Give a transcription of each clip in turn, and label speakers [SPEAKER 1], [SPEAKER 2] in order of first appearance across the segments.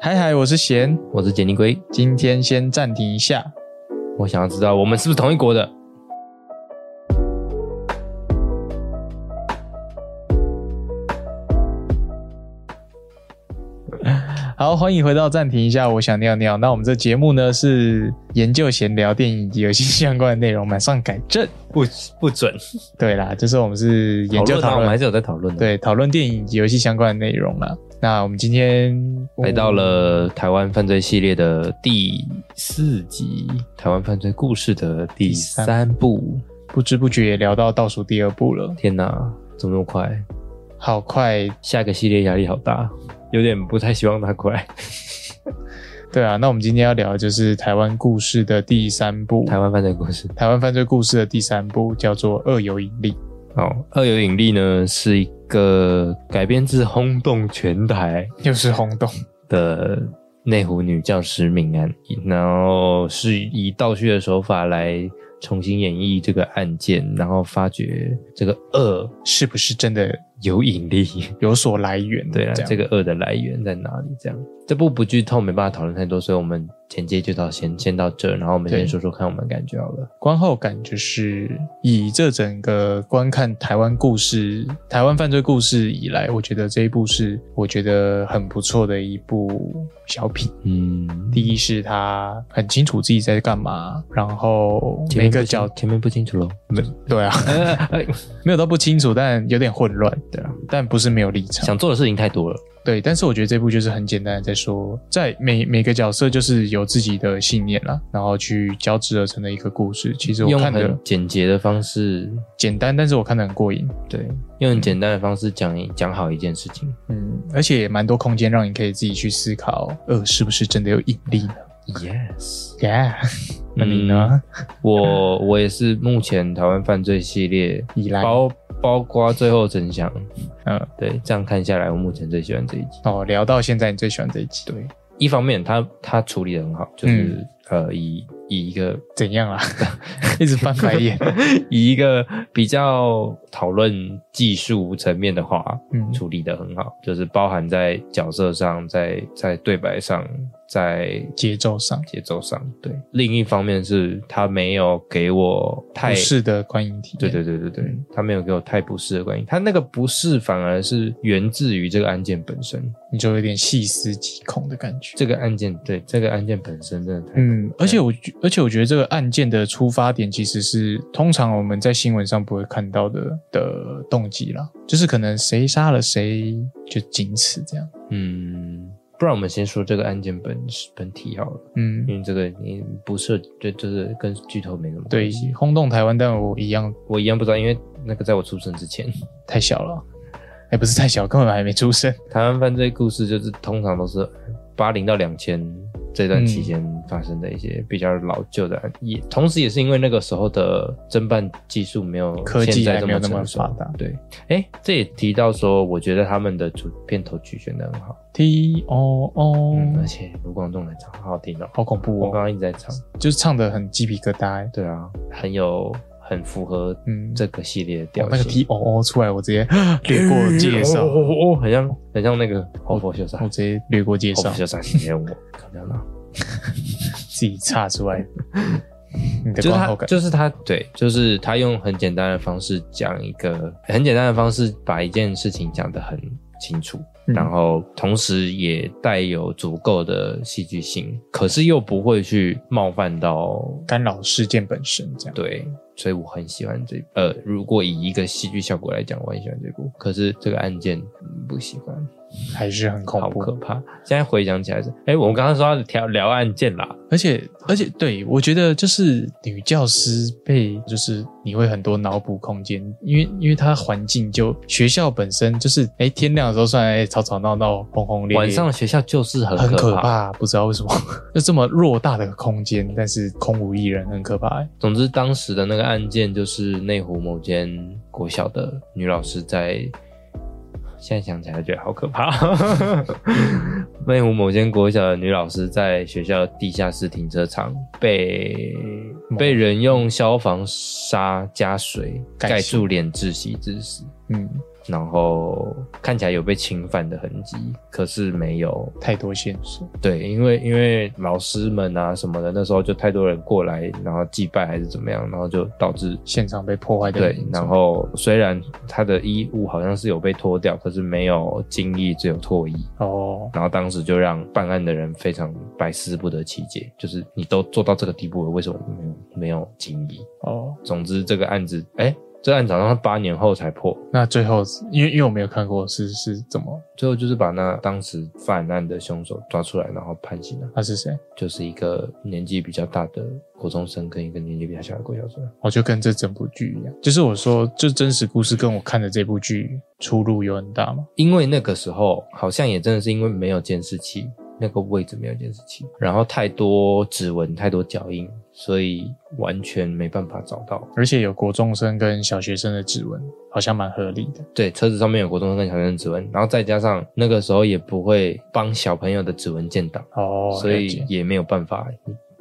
[SPEAKER 1] 嗨嗨，我是贤，
[SPEAKER 2] 我是杰尼龟，
[SPEAKER 1] 今天先暂停一下。
[SPEAKER 2] 我想要知道我们是不是同一国的。
[SPEAKER 1] 好，欢迎回到暂停一下，我想尿尿。那我们这节目呢是研究闲聊电影以及游戏相关的内容，马上改正。
[SPEAKER 2] 不不准，
[SPEAKER 1] 对啦，就是我们是研究
[SPEAKER 2] 讨论啊
[SPEAKER 1] 讨
[SPEAKER 2] 我们还
[SPEAKER 1] 论，
[SPEAKER 2] 是有在讨论的。，
[SPEAKER 1] 对讨论电影以及游戏相关的内容啦。那我们今天
[SPEAKER 2] 来到了台湾犯罪系列的第四集，台湾犯罪故事的第三部。
[SPEAKER 1] 不知不觉也聊到倒数第二部了，
[SPEAKER 2] 天哪，怎么那么快？
[SPEAKER 1] 好快，
[SPEAKER 2] 下个系列压力好大，有点不太希望它快。
[SPEAKER 1] 对啊。那我们今天要聊的就是台湾故事的第三部，
[SPEAKER 2] 台湾犯罪故事
[SPEAKER 1] 台湾犯罪故事的第三部叫做《恶有引力》。
[SPEAKER 2] 哦，《恶有引力》呢是一个改编自轰动全台
[SPEAKER 1] 又是轰动，
[SPEAKER 2] 的内湖女教师命案，然后是以倒叙的手法来重新演绎这个案件，然后发掘这个恶
[SPEAKER 1] 是不是真的
[SPEAKER 2] 有引力，
[SPEAKER 1] 有所来源？
[SPEAKER 2] 对啊，
[SPEAKER 1] 这样
[SPEAKER 2] 这个恶的来源在哪里？这样这部不剧透，没办法讨论太多，所以我们简介就到先先到这，然后我们
[SPEAKER 1] 对
[SPEAKER 2] 先说说看我们的感觉好了。
[SPEAKER 1] 观后感就是以这整个观看台湾故事、台湾犯罪故事以来，我觉得这一部是我觉得很不错的一部小品。
[SPEAKER 2] 嗯，
[SPEAKER 1] 第一是他很清楚自己在干嘛，然后每
[SPEAKER 2] 前面
[SPEAKER 1] 个
[SPEAKER 2] 不清
[SPEAKER 1] 角
[SPEAKER 2] 前面不清楚喽，没
[SPEAKER 1] 对啊，
[SPEAKER 2] 呃呃
[SPEAKER 1] 没有到不清楚，但有点混乱，
[SPEAKER 2] 对啊，
[SPEAKER 1] 但不是没有立场。
[SPEAKER 2] 想做的事情太多了，
[SPEAKER 1] 对，但是我觉得这部就是很简单的在说，在每每个角色就是有自己的信念啦，然后去交织而成的一个故事。其实我
[SPEAKER 2] 用
[SPEAKER 1] 看的
[SPEAKER 2] 很简洁的方式，
[SPEAKER 1] 简单，但是我看的很过瘾。
[SPEAKER 2] 对，用很简单的方式讲一讲好一件事情。
[SPEAKER 1] 嗯，而且也蛮多空间让你可以自己去思考，呃，是不是真的有引力呢
[SPEAKER 2] Yes，
[SPEAKER 1] ？Yeah，那 你
[SPEAKER 2] 嗯
[SPEAKER 1] 呢？
[SPEAKER 2] 我 我也是目前台湾犯罪系列
[SPEAKER 1] 以来，
[SPEAKER 2] 包包括最后真相，
[SPEAKER 1] 嗯，
[SPEAKER 2] 对，这样看下来，我目前最喜欢这一集。
[SPEAKER 1] 哦，聊到现在，你最喜欢这一集？对，
[SPEAKER 2] 一方面他，他处理的很好，就是、
[SPEAKER 1] 嗯
[SPEAKER 2] 呃，以以一个
[SPEAKER 1] 怎样啊？ 一直翻白眼。
[SPEAKER 2] 以一个比较讨论技术层面的话，
[SPEAKER 1] 嗯
[SPEAKER 2] 处理的很好，就是包含在角色上，在在对白上，在
[SPEAKER 1] 节奏上
[SPEAKER 2] 节奏上。对，另一方面是他没有给我太
[SPEAKER 1] 不适的观影体验，
[SPEAKER 2] 对对对对对
[SPEAKER 1] 嗯，
[SPEAKER 2] 他没有给我太不适的观影，他那个不适反而是源自于这个案件本身。
[SPEAKER 1] 你就有点细思极恐的感觉。
[SPEAKER 2] 这个案件，对这个案件本身真的太……
[SPEAKER 1] 嗯，而且我觉，而且我觉得这个案件的出发点其实是通常我们在新闻上不会看到的的动机啦，就是可能谁杀了谁，就仅此这样。
[SPEAKER 2] 嗯，不然我们先说这个案件本本体好了，
[SPEAKER 1] 嗯，
[SPEAKER 2] 因为这个你不涉，就就是跟剧透没什么
[SPEAKER 1] 对
[SPEAKER 2] 关系。，
[SPEAKER 1] 轰动台湾，但我一样
[SPEAKER 2] 我一样不知道，因为那个在我出生之前，
[SPEAKER 1] 太小了，哎、不是太小，根本还没出生。
[SPEAKER 2] 台湾犯罪故事就是通常都是八零到两千这段期间发生的一些比较老旧的案，也同时也是因为那个时候的侦办技术没有
[SPEAKER 1] 科技
[SPEAKER 2] 现在
[SPEAKER 1] 还
[SPEAKER 2] 这
[SPEAKER 1] 没有
[SPEAKER 2] 么
[SPEAKER 1] 那么
[SPEAKER 2] 成熟
[SPEAKER 1] 发达
[SPEAKER 2] 对，哎，这也提到说，我觉得他们的主片头曲选的很好，
[SPEAKER 1] T O O，、
[SPEAKER 2] 嗯，而且卢广仲来唱，好好听哦。
[SPEAKER 1] 好恐怖
[SPEAKER 2] 我刚
[SPEAKER 1] 哦，
[SPEAKER 2] 刚一直在唱，
[SPEAKER 1] 就是唱的很鸡皮疙瘩、欸。
[SPEAKER 2] 对啊，很有很符合
[SPEAKER 1] 嗯，
[SPEAKER 2] 这个系列的
[SPEAKER 1] 哇
[SPEAKER 2] 调
[SPEAKER 1] 那个
[SPEAKER 2] 性。
[SPEAKER 1] T O O 出来，我直接 略过介绍，
[SPEAKER 2] 哦哦哦，很像很像那个活佛秀山，
[SPEAKER 1] 我直接略过介
[SPEAKER 2] 活佛
[SPEAKER 1] 绍，
[SPEAKER 2] 秀山，你骗我，啊看到了。
[SPEAKER 1] 自己岔出 来。你的
[SPEAKER 2] 就是
[SPEAKER 1] 观
[SPEAKER 2] 他
[SPEAKER 1] 后，感，
[SPEAKER 2] 就是他，对，就是他用很简单的方式讲一个很简单的方式，把一件事情讲得很清楚，
[SPEAKER 1] 嗯
[SPEAKER 2] 然后同时也带有足够的戏剧性，可是又不会去冒犯到
[SPEAKER 1] 干扰事件本身这样。
[SPEAKER 2] 对。所以我很喜欢这呃，如果以一个戏剧效果来讲，我很喜欢这部。可是这个案件、嗯不喜欢，
[SPEAKER 1] 还是很恐
[SPEAKER 2] 好可
[SPEAKER 1] 怖。
[SPEAKER 2] 怕。现在回想起来是，哎、我们刚刚说要聊聊案件啦，
[SPEAKER 1] 而且而且，对我觉得就是女教师被，就是你会很多脑补空间，因为因为她环境就学校本身就是，哎，天亮的时候虽然哎吵吵闹闹、轰轰烈烈，
[SPEAKER 2] 晚上学校就是很
[SPEAKER 1] 很
[SPEAKER 2] 可
[SPEAKER 1] 可怕，不知道为什么 就这么偌大的空间，但是空无一人，很可怕、哎
[SPEAKER 2] 总之，当时的那个案件就是内湖某间国小的女老师在，现在想起来觉得好可怕。内湖某间国小的女老师在学校地下室停车场被
[SPEAKER 1] 某
[SPEAKER 2] 被人用消防沙加水
[SPEAKER 1] 盖
[SPEAKER 2] 盖
[SPEAKER 1] 住
[SPEAKER 2] 住脸窒息致死。
[SPEAKER 1] 嗯，
[SPEAKER 2] 然后看起来有被侵犯的痕迹，可是没有。
[SPEAKER 1] 太多线索，
[SPEAKER 2] 对，因为因为老师们啊什么的，那时候就太多人过来，然后祭拜还是怎么样，然后就导致
[SPEAKER 1] 现场被破坏的
[SPEAKER 2] 对。然后虽然他的衣物好像是有被脱掉，可是没有精液，只有唾液。
[SPEAKER 1] 哦，
[SPEAKER 2] 然后当时就让办案的人非常百思不得其解，就是你都做到这个地步了，为什么没有没有精液？
[SPEAKER 1] 哦，
[SPEAKER 2] 总之这个案子，哎，这案子好像八年后才破，
[SPEAKER 1] 那最后因为因为我没有看过是是怎么，
[SPEAKER 2] 最后就是把那当时犯案的凶手抓出来，然后判刑了，
[SPEAKER 1] 他是谁？
[SPEAKER 2] 就是一个年纪比较大的国中生跟一个年纪比较小的国小生。
[SPEAKER 1] 我哦就跟这整部剧一样，就是我说这真实故事跟我看的这部剧出入有很大嘛。
[SPEAKER 2] 因为那个时候好像也真的是因为没有监视器，那个位置没有监视器，然后太多指纹、太多脚印，所以完全没办法找到。
[SPEAKER 1] 而且有国中生跟小学生的指纹，好像蛮合理的。
[SPEAKER 2] 对，车子上面有国中生跟小学生指纹，然后再加上那个时候也不会帮小朋友的指纹建档，
[SPEAKER 1] 哦，
[SPEAKER 2] 所
[SPEAKER 1] 了
[SPEAKER 2] 以
[SPEAKER 1] 解
[SPEAKER 2] 也没有办法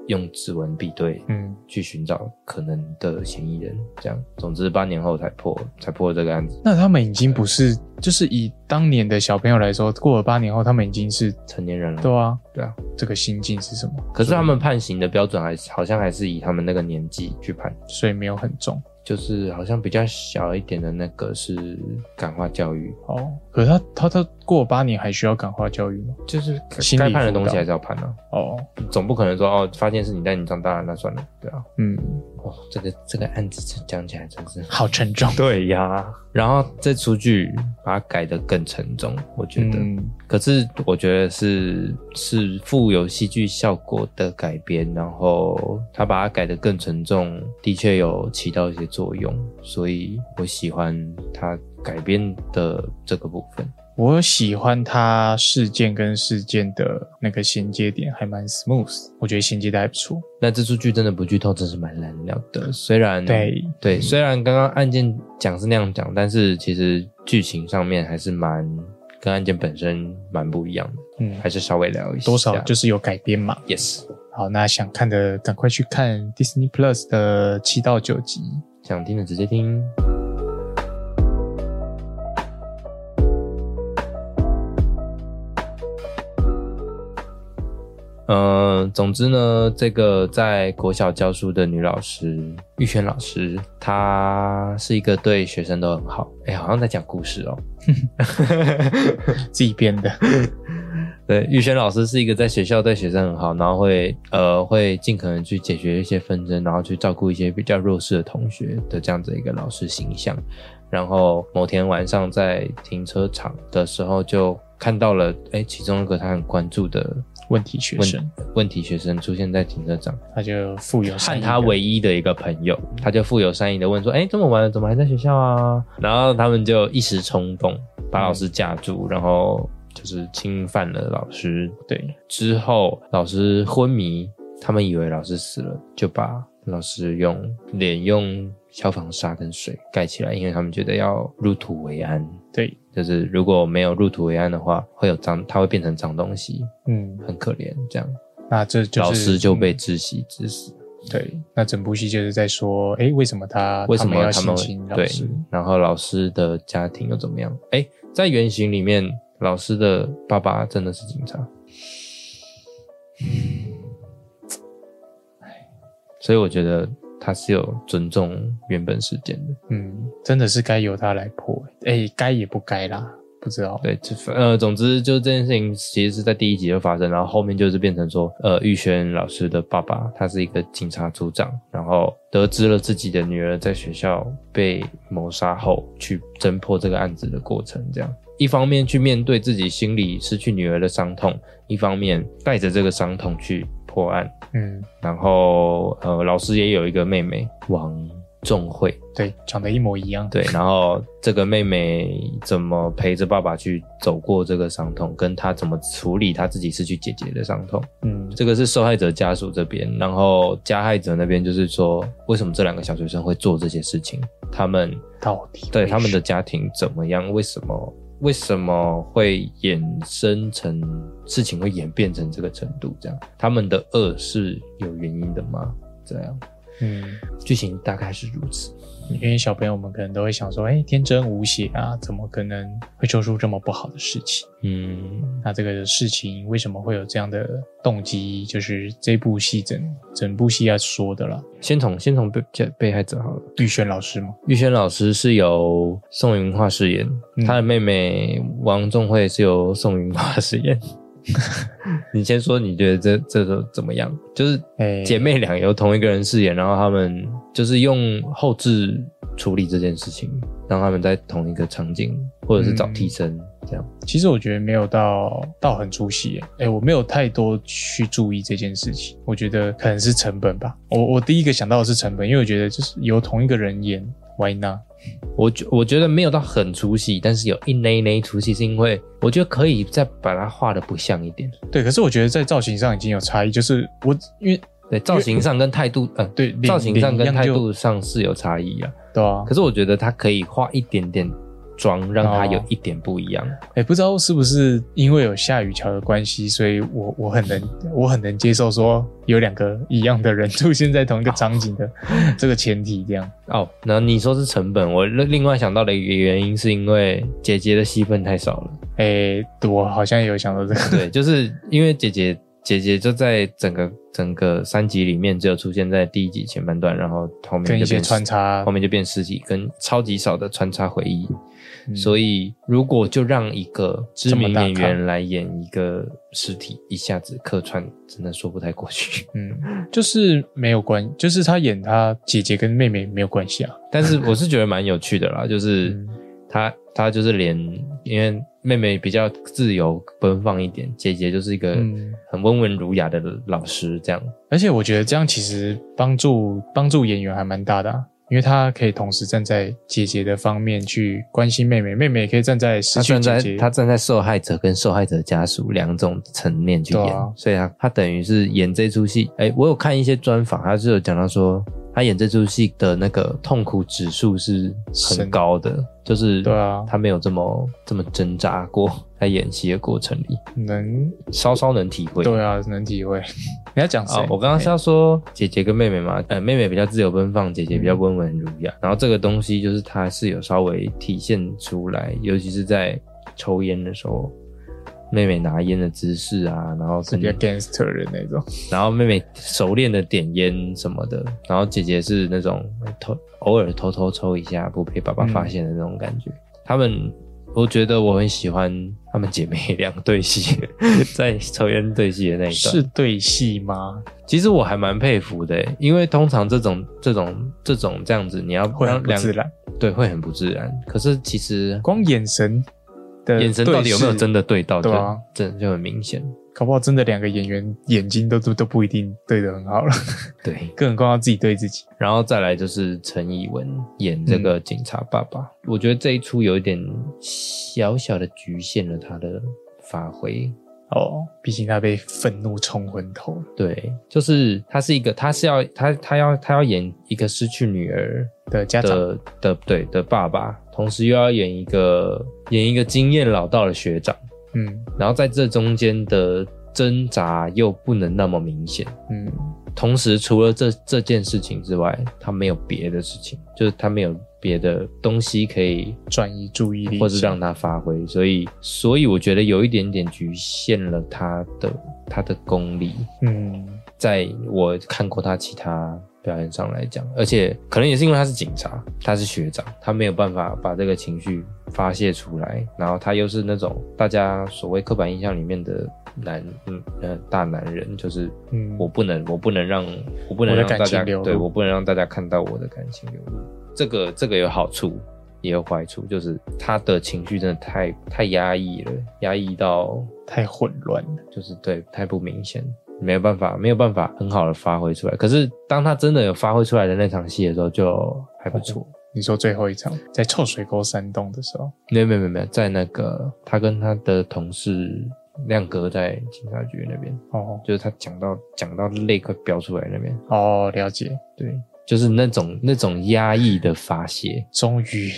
[SPEAKER 2] 用指纹比对
[SPEAKER 1] 嗯，
[SPEAKER 2] 去寻找可能的嫌疑人。这样，总之八年后才破，才破这个案子。
[SPEAKER 1] 那他们已经不是，就是以当年的小朋友来说，过了八年后，他们已经是
[SPEAKER 2] 成年人了，
[SPEAKER 1] 对啊，
[SPEAKER 2] 对啊。
[SPEAKER 1] 这个心境是什么？
[SPEAKER 2] 可是他们判刑的标准还是好像还是以他们那个年纪去判，
[SPEAKER 1] 所以没有很重
[SPEAKER 2] 就是好像比较小一点的那个是感化教育，
[SPEAKER 1] 哦。可是他他他过了八年还需要感化教育吗？
[SPEAKER 2] 就是
[SPEAKER 1] 心理
[SPEAKER 2] 该判的
[SPEAKER 1] 辅导
[SPEAKER 2] 东西还是要判啊，
[SPEAKER 1] 哦，
[SPEAKER 2] 总不可能说哦发现是你带你长大了那算了，对啊。
[SPEAKER 1] 嗯，
[SPEAKER 2] 哇，这个这个案子讲起来真是。
[SPEAKER 1] 好沉重。
[SPEAKER 2] 对呀，然后这出剧把它改得更沉重，我觉得。
[SPEAKER 1] 嗯，
[SPEAKER 2] 可是我觉得是是富有戏剧效果的改编，然后他把它改得更沉重，的确有起到一些作用，所以我喜欢他改编的这个部分。
[SPEAKER 1] 我喜欢他事件跟事件的那个衔接点，还蛮 smooth，我觉得衔接的还不错。
[SPEAKER 2] 那这出剧真的不剧透，真是蛮难聊的。虽然
[SPEAKER 1] 对
[SPEAKER 2] 对，虽然刚刚案件讲是那样讲，但是其实剧情上面还是蛮跟案件本身蛮不一样的，
[SPEAKER 1] 嗯，
[SPEAKER 2] 还是啊稍微聊一下。
[SPEAKER 1] 多少就是有改编嘛。
[SPEAKER 2] yes，
[SPEAKER 1] 好，那想看的赶快去看 Disney Plus 的七到九集。
[SPEAKER 2] 想听的直接听。呃，总之呢，这个在国小教书的女老师玉轩老师，她是一个对学生都很好。哎、好像在讲故事哦。
[SPEAKER 1] 自己编的，
[SPEAKER 2] 对，玉轩老师是一个在学校对学生很好，然后会呃会尽可能去解决一些纷争，然后去照顾一些比较弱势的同学的这样子一个老师形象。然后某天晚上在停车场的时候，就看到了哎，其中一个他很关注的
[SPEAKER 1] 问题学生
[SPEAKER 2] 问，问题学生出现在停车场，
[SPEAKER 1] 他就富有善意
[SPEAKER 2] 和他
[SPEAKER 1] 的嗯
[SPEAKER 2] 唯一的一个朋友，他就富有善意的问说：“哎、这么晚了，怎么还在学校啊？”然后他们就一时冲动，把老师架住，然后就是侵犯了老师。
[SPEAKER 1] 对，
[SPEAKER 2] 之后老师昏迷，他们以为老师死了，就把老师用脸用消防沙跟水盖起来，因为他们觉得要入土为安，
[SPEAKER 1] 对，
[SPEAKER 2] 就是如果没有入土为安的话，会有脏，它会变成脏东西，
[SPEAKER 1] 嗯，
[SPEAKER 2] 很可怜。这样，
[SPEAKER 1] 那这就是
[SPEAKER 2] 老师就被
[SPEAKER 1] 嗯
[SPEAKER 2] 窒息致死。
[SPEAKER 1] 对，那整部戏就是在说，诶，为什么他
[SPEAKER 2] 为什么
[SPEAKER 1] 们要
[SPEAKER 2] 他
[SPEAKER 1] 性
[SPEAKER 2] 们
[SPEAKER 1] 侵老
[SPEAKER 2] 对
[SPEAKER 1] 师？，
[SPEAKER 2] 然后老师的家庭又怎么样？哎，在原型里面，老师的爸爸真的是警察，所以我觉得他是有尊重原本事件的。
[SPEAKER 1] 嗯，真的是该由他来破，诶，该也不该啦，不知道，
[SPEAKER 2] 对，这呃，总之就这件事情其实是在第一集就发生，然后后面就是变成说，呃，玉轩老师的爸爸他是一个警察组长，然后得知了自己的女儿在学校被谋杀后，去侦破这个案子的过程，这样一方面去面对自己心里失去女儿的伤痛，一方面带着这个伤痛去破案，
[SPEAKER 1] 嗯，
[SPEAKER 2] 然后呃，老师也有一个妹妹王仲慧，
[SPEAKER 1] 对，长得一模一 样，
[SPEAKER 2] 对，然后这个妹妹怎么陪着爸爸去走过这个伤痛，跟她怎么处理她自己失去姐姐的伤痛，
[SPEAKER 1] 嗯，
[SPEAKER 2] 这个是受害者家属这边，然后加害者那边就是说，为什么这两个小学生会做这些事情？他们
[SPEAKER 1] 到底
[SPEAKER 2] 对
[SPEAKER 1] 为
[SPEAKER 2] 他们的
[SPEAKER 1] 什
[SPEAKER 2] 家庭怎么样？为什么为什么会衍生成事情会演变成这个程度？这样，他们的恶是有原因的吗？这样，
[SPEAKER 1] 么，嗯，
[SPEAKER 2] 剧情大概是如此。
[SPEAKER 1] 因为小朋友们可能都会想说，哎、天真无邪啊，怎么可能会做出这么不好的事情？
[SPEAKER 2] 嗯，
[SPEAKER 1] 那这个事情为什么会有这样的动机？就是这部戏整整部戏要说的啦。
[SPEAKER 2] 先从先从被被被害者好了。
[SPEAKER 1] 玉轩老师嘛，
[SPEAKER 2] 玉轩老师是由宋云画饰演，
[SPEAKER 1] 嗯
[SPEAKER 2] 他的妹妹王仲惠是由宋云画饰 演。你先说，你觉得这这个怎么样？就是
[SPEAKER 1] 哎、
[SPEAKER 2] 姐妹俩由同一个人饰演，然后他们就是用后置处理这件事情，让他们在同一个场景，或者是找替身、这样。
[SPEAKER 1] 其实我觉得没有到到很出戏耶，哎，我没有太多去注意这件事情，我觉得可能是成本吧。我我第一个想到的是成本，因为我觉得就是由同一个人演，Why not？
[SPEAKER 2] 我觉我觉得没有到很出戏，但是有一那一那一出戏，是因为我觉得可以再把它画的不像一点。
[SPEAKER 1] 对，可是我觉得在造型上已经有差异，就是我因为
[SPEAKER 2] 对，造型上跟态度，呃，
[SPEAKER 1] 对脸
[SPEAKER 2] 造型上
[SPEAKER 1] 脸一
[SPEAKER 2] 跟
[SPEAKER 1] 样
[SPEAKER 2] 态
[SPEAKER 1] 就
[SPEAKER 2] 度上是有差异啊。
[SPEAKER 1] 对啊，
[SPEAKER 2] 可是我觉得他可以画一点点妆，让它有一点不一样。
[SPEAKER 1] 哎，不知道是不是因为有夏雨乔的关系，所以我我很能我很能接受说有两个一样的人出现在同一个场景的这个前提，这样
[SPEAKER 2] 哦，然后你说是成本，我另另外想到的一个原因是因为姐姐的戏份太少 了。
[SPEAKER 1] 哎，我好像有想到这个，
[SPEAKER 2] 对，就是因为姐姐姐姐就在整个整个三集里面只有出现在第一集前半段，然后后面就
[SPEAKER 1] 跟一些
[SPEAKER 2] 变哦
[SPEAKER 1] 穿插
[SPEAKER 2] 后面就变十集，跟超级少的穿插回忆。
[SPEAKER 1] 嗯
[SPEAKER 2] 所以如果就让一个知名
[SPEAKER 1] 这么大咖
[SPEAKER 2] 演员来演一个尸体，一下子客串，真的说不太过去。
[SPEAKER 1] 嗯，就是没有关，就是他演他姐姐跟妹妹没有关系啊。
[SPEAKER 2] 但是我是觉得蛮有趣的 啦，就是
[SPEAKER 1] 嗯
[SPEAKER 2] 她她就是连因为妹妹比较自由奔放一点，姐姐就是一个
[SPEAKER 1] 嗯
[SPEAKER 2] 很温文儒雅的老师这样。
[SPEAKER 1] 而且我觉得这样其实帮助帮助演员还蛮大的、啊，因为他可以同时站在姐姐的方面去关心妹妹，妹妹也可以站在失
[SPEAKER 2] 她
[SPEAKER 1] 去
[SPEAKER 2] 站
[SPEAKER 1] 姐
[SPEAKER 2] 在
[SPEAKER 1] 姐，
[SPEAKER 2] 她站在受害者跟受害者家属两种层面去演，
[SPEAKER 1] 对啊
[SPEAKER 2] 所以她她等于是演这出戏。哎、我有看一些专访，她是有讲到说，她演这出戏的那个痛苦指数是很
[SPEAKER 1] 神
[SPEAKER 2] 高的，就是
[SPEAKER 1] 对啊
[SPEAKER 2] 她没有这么这么挣扎过，在演戏的过程里
[SPEAKER 1] 能
[SPEAKER 2] 稍稍能体会。
[SPEAKER 1] 对啊，能体会。 你要讲谁哎
[SPEAKER 2] 啊、？我刚刚是要说姐姐跟妹妹嘛，呃，妹妹比较自由奔放，姐姐比较温文儒
[SPEAKER 1] 嗯
[SPEAKER 2] 雅。然后这个东西就是它是有稍微体现出来，尤其是在抽烟的时候，妹妹拿烟的姿势啊，然后
[SPEAKER 1] 比较
[SPEAKER 2] 跟
[SPEAKER 1] gangster 的那种，
[SPEAKER 2] 然后妹妹熟练的点烟什么的，然后姐姐是那种呃偷偶尔偷偷抽一下，不被爸爸发现的那种感觉。她们，我觉得我很喜欢她们姐妹俩对戏， 在抽烟对戏的那一段
[SPEAKER 1] 是对戏吗？
[SPEAKER 2] 其实我还蛮佩服的欸，因为通常这种这种这种这样子，你要
[SPEAKER 1] 会很
[SPEAKER 2] 让
[SPEAKER 1] 不
[SPEAKER 2] 两
[SPEAKER 1] 自然，
[SPEAKER 2] 对，会很不自然。可是其实
[SPEAKER 1] 光眼神的
[SPEAKER 2] 眼神到底有没有真
[SPEAKER 1] 的？
[SPEAKER 2] 的对到，
[SPEAKER 1] 对啊
[SPEAKER 2] 就真的就很明显。
[SPEAKER 1] 搞不好真的两个演员眼睛都都都不一定对的很好了，
[SPEAKER 2] 对，
[SPEAKER 1] 更何况要自己对自己。
[SPEAKER 2] 然后再来就是陈以文演这
[SPEAKER 1] 嗯
[SPEAKER 2] 个警察爸爸，我觉得这一出有一点小小的局限了他的发挥。
[SPEAKER 1] 哦，毕竟他被愤怒冲昏头了
[SPEAKER 2] 对，就是他是一个，他是要他他要他要演一个失去女儿
[SPEAKER 1] 的家长，
[SPEAKER 2] 的的对的爸爸，同时又要演一个演一个经验老道的学长，
[SPEAKER 1] 嗯
[SPEAKER 2] 然后在这中间的挣扎又不能那么明显。
[SPEAKER 1] 嗯，
[SPEAKER 2] 同时，除了这这件事情之外，他没有别的事情，就是他没有别的东西可以
[SPEAKER 1] 转移注意力，
[SPEAKER 2] 或是让他发挥，所以所以我觉得有一点点局限了他的他的功力。
[SPEAKER 1] 嗯
[SPEAKER 2] 在我看过他其他表演上来讲，而且可能也是因为他是警察，他是学长，他没有办法把这个情绪发泄出来，然后他又是那种大家所谓刻板印象里面的男，嗯呃大男人，就是
[SPEAKER 1] 嗯，
[SPEAKER 2] 我不能，我不能让，我不能
[SPEAKER 1] 我的
[SPEAKER 2] 让大
[SPEAKER 1] 感情
[SPEAKER 2] 家
[SPEAKER 1] 流露
[SPEAKER 2] 对我不能让大家看到我的感情流露，这个这个有好处。也有坏处，就是他的情绪真的太太压抑了，压抑到
[SPEAKER 1] 太混乱了，
[SPEAKER 2] 就是对太不明显，没有办法，没有办法很好的发挥出来。可是当他真的有发挥出来的那场戏的时候，就还不错。
[SPEAKER 1] 你说最后一场在臭水沟山洞的时候，
[SPEAKER 2] 没有没有没有没有，在那个他跟他的同事亮哥在警察局那边，
[SPEAKER 1] 哦
[SPEAKER 2] 就是他讲到讲到泪快飙出来那边，
[SPEAKER 1] 哦，了解，
[SPEAKER 2] 对，就是那种那种压抑的发泄，
[SPEAKER 1] 终于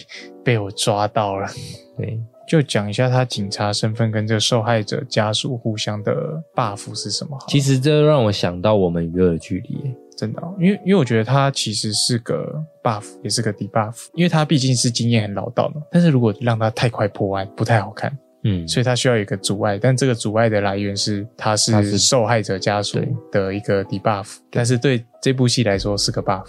[SPEAKER 1] 被我抓到了，
[SPEAKER 2] 对，
[SPEAKER 1] 就讲一下他警察身份跟这个受害者家属互相的 buff 是什么好了？
[SPEAKER 2] 其实这让我想到我们娱乐的距离耶，
[SPEAKER 1] 真的哦、因为因为我觉得他其实是个 buff，也是个 debuff，因为他毕竟是经验很老道的，但是如果让他太快破案，不太好看，
[SPEAKER 2] 嗯，
[SPEAKER 1] 所以他需要有一个阻碍，但这个阻碍的来源是他
[SPEAKER 2] 他
[SPEAKER 1] 是
[SPEAKER 2] 是
[SPEAKER 1] 受害者家属
[SPEAKER 2] 对
[SPEAKER 1] 的一个 debuff，但是对这部戏来说是个 buff，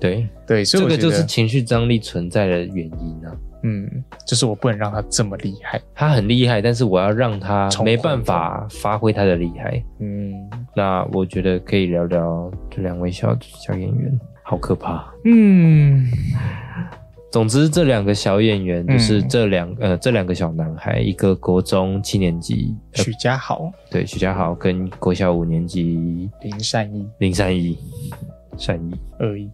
[SPEAKER 2] 对，
[SPEAKER 1] 对，所以
[SPEAKER 2] 这
[SPEAKER 1] 我觉
[SPEAKER 2] 个
[SPEAKER 1] 得
[SPEAKER 2] 就是情绪张力存在的原因啊。
[SPEAKER 1] 嗯，就是我不能让他这么厉害，
[SPEAKER 2] 他很厉害，但是我要让他
[SPEAKER 1] 重
[SPEAKER 2] 没
[SPEAKER 1] 回
[SPEAKER 2] 办法发挥他的厉害。
[SPEAKER 1] 嗯
[SPEAKER 2] 那我觉得可以聊聊这两位小小演员，好可怕。
[SPEAKER 1] 嗯
[SPEAKER 2] 总之，这两个小演员就是
[SPEAKER 1] 嗯
[SPEAKER 2] 这两、呃这两个小男孩，一个国中七年级，呃、
[SPEAKER 1] 许家豪、
[SPEAKER 2] 对许家豪，跟国小五年级
[SPEAKER 1] 林善一、
[SPEAKER 2] 林善一，善意。
[SPEAKER 1] 二一，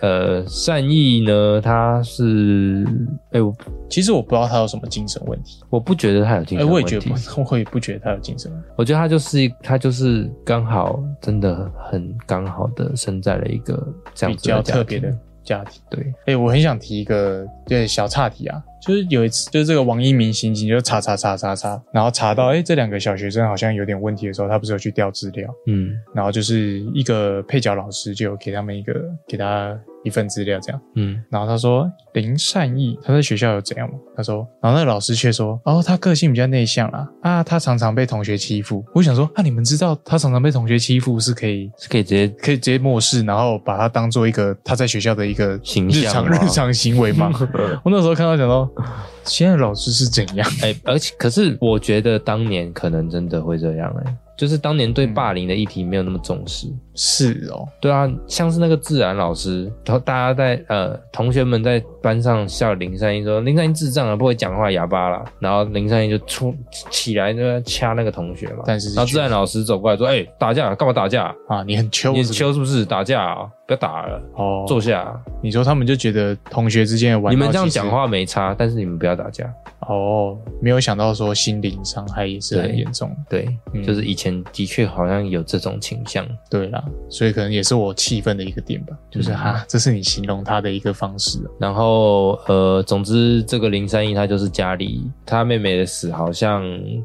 [SPEAKER 2] 呃，善意呢，他是哎、我
[SPEAKER 1] 其实我不知道他有什么精神问题，
[SPEAKER 2] 我不觉得他有精
[SPEAKER 1] 哎、
[SPEAKER 2] 神
[SPEAKER 1] 我
[SPEAKER 2] 问
[SPEAKER 1] 也
[SPEAKER 2] 题，
[SPEAKER 1] 觉得不， 我也不觉得他有精神问题。
[SPEAKER 2] 我觉得他就是他就是刚好真的很刚好的生在了一个这样
[SPEAKER 1] 比
[SPEAKER 2] 子的
[SPEAKER 1] 较
[SPEAKER 2] 家
[SPEAKER 1] 特
[SPEAKER 2] 庭
[SPEAKER 1] 别的家庭。
[SPEAKER 2] 对，
[SPEAKER 1] 哎、我很想提一个对小岔题啊，就是有一次，就是这个王一鸣刑警就查查查查查，然后查到哎、诶这两个小学生好像有点问题的时候，他不是有去调资料，
[SPEAKER 2] 嗯
[SPEAKER 1] 然后就是一个配角老师就有给他们一个给他一份资料这样，
[SPEAKER 2] 嗯，
[SPEAKER 1] 然后他说林善义他在学校有怎样吗？他说，然后那个老师却说，哦，他个性比较内向啦，啊，他常常被同学欺负。我想说，啊，你们知道他常常被同学欺负是可以
[SPEAKER 2] 是可以直 接
[SPEAKER 1] 可以直接漠视，然后把它当做一个他在学校的一个
[SPEAKER 2] 形
[SPEAKER 1] 日
[SPEAKER 2] 象
[SPEAKER 1] 常
[SPEAKER 2] 吗
[SPEAKER 1] 日常行为 吗？我那时候看到讲到，现在啊老师是怎样？
[SPEAKER 2] 哎、而且可是我觉得当年可能真的会这样哎、就是当年对霸凌的议题没有那么重视。
[SPEAKER 1] 是哦，
[SPEAKER 2] 对啊，像是那个自然老师，然后大家在呃，同学们在班上笑林善一说林善一智障啊，不会讲话，哑巴啦。然后林善一就出起来就在掐那个同学嘛。
[SPEAKER 1] 但是是
[SPEAKER 2] 然后自然老师走过来说：“哎、打架干嘛打架？
[SPEAKER 1] 啊，你很秋
[SPEAKER 2] 你很秋是不是？打架啊，不要打了，
[SPEAKER 1] 哦。
[SPEAKER 2] 坐下。啊
[SPEAKER 1] 你说他们就觉得同学之间的玩
[SPEAKER 2] 你
[SPEAKER 1] 闹
[SPEAKER 2] 们这样
[SPEAKER 1] 其实
[SPEAKER 2] 讲话没差，但是你们不要打架。
[SPEAKER 1] 哦，没有想到说心灵伤害也是很
[SPEAKER 2] 对
[SPEAKER 1] 严重的。
[SPEAKER 2] 对，
[SPEAKER 1] 嗯
[SPEAKER 2] 就是以前的确好像有这种倾向。
[SPEAKER 1] 对啦，所以可能也是我气愤的一个点吧，就是
[SPEAKER 2] 嗯
[SPEAKER 1] 哈、这是你形容他的一个方式哦、
[SPEAKER 2] 然后呃，总之这个林三一他就是家里他妹妹的死好像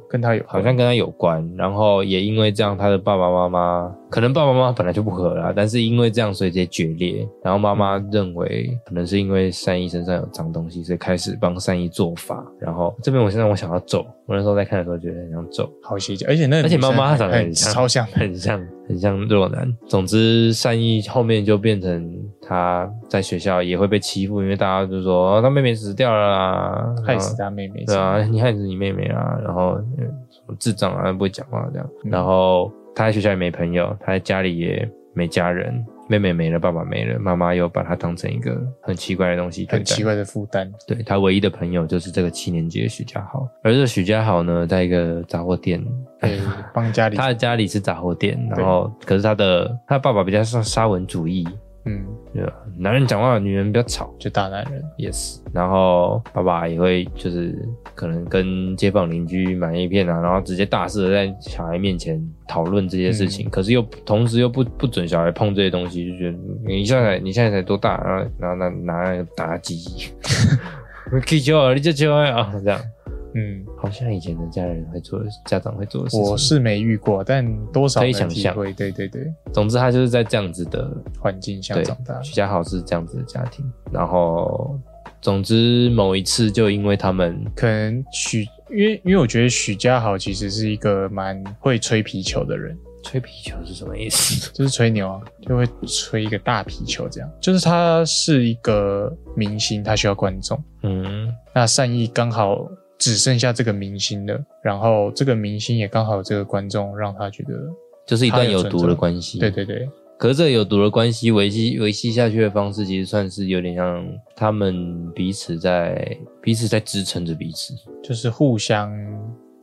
[SPEAKER 1] 跟他有
[SPEAKER 2] 好像跟他有关，然后也因为这样，他的爸爸妈妈可能爸爸妈妈本来就不和啦，但是因为这样所以直接决裂。然后妈妈认为可能是因为善意身上有脏东西，所以开始帮善意做法。然后这边我现在我想要揍，我那时候在看的时候觉得很想揍，
[SPEAKER 1] 好些，而且那个
[SPEAKER 2] 而且
[SPEAKER 1] 女生
[SPEAKER 2] 妈妈她长得
[SPEAKER 1] 很
[SPEAKER 2] 很像，
[SPEAKER 1] 超像的，
[SPEAKER 2] 很像，很像若男。总之，善意后面就变成他在学校也会被欺负，因为大家就说、哦、他妹妹死掉了啦，
[SPEAKER 1] 害死他妹妹。
[SPEAKER 2] 嗯对啊，你害死你妹妹啊，然后嗯什么智障啊，不会讲话这样，
[SPEAKER 1] 嗯
[SPEAKER 2] 然后他在学校也没朋友，他在家里也没家人，妹妹没了，爸爸没了，妈妈又把他当成一个很奇怪的东西对
[SPEAKER 1] 很
[SPEAKER 2] 待
[SPEAKER 1] 奇。怪的负担。
[SPEAKER 2] 对他唯一的朋友就是这个七年级的许家豪，而这许家豪呢，在一个杂货店， 哎
[SPEAKER 1] 对，帮家里
[SPEAKER 2] 他的家里是杂货店，然后可是他的他爸爸比较像沙文主义，
[SPEAKER 1] 嗯，
[SPEAKER 2] 对吧？男人讲话，女人比较吵。
[SPEAKER 1] 就大男人，
[SPEAKER 2] yes，然后爸爸也会就是可能跟街坊邻居买一片啊，然后直接大肆的在小孩面前讨论这些事
[SPEAKER 1] 嗯
[SPEAKER 2] 情，可是又同时又不不准小孩碰这些东西，就觉得你现在才你现在才多大，然后拿拿拿那个 打鸡，踢球啊，你这球啊，这样
[SPEAKER 1] 嗯，
[SPEAKER 2] 好像以前的家人会做的，家长会做的事
[SPEAKER 1] 我
[SPEAKER 2] 情。
[SPEAKER 1] 是没遇过，但多少
[SPEAKER 2] 可以
[SPEAKER 1] 能
[SPEAKER 2] 想
[SPEAKER 1] 体
[SPEAKER 2] 象
[SPEAKER 1] 会，对对对，
[SPEAKER 2] 总之，他就是在这样子的
[SPEAKER 1] 环境下
[SPEAKER 2] 对
[SPEAKER 1] 长大，
[SPEAKER 2] 徐家豪是这样子的家庭，然后总之某一次就因为他们
[SPEAKER 1] 可能许，因为因为我觉得许家豪其实是一个蛮会吹皮球的人，
[SPEAKER 2] 吹皮球是什么意思？
[SPEAKER 1] 就是吹牛啊，就会吹一个大皮球这样，就是他是一个明星，他需要观众，
[SPEAKER 2] 嗯，
[SPEAKER 1] 那善意刚好。只剩下这个明星了，然后这个明星也刚好有这个观众让他觉得，
[SPEAKER 2] 就是一段有毒的关系。
[SPEAKER 1] 对。对对，
[SPEAKER 2] 可是这个有毒的关系维系维系下去的方式，其实算是有点像他们彼此在彼此在支撑着彼此。
[SPEAKER 1] 就是互相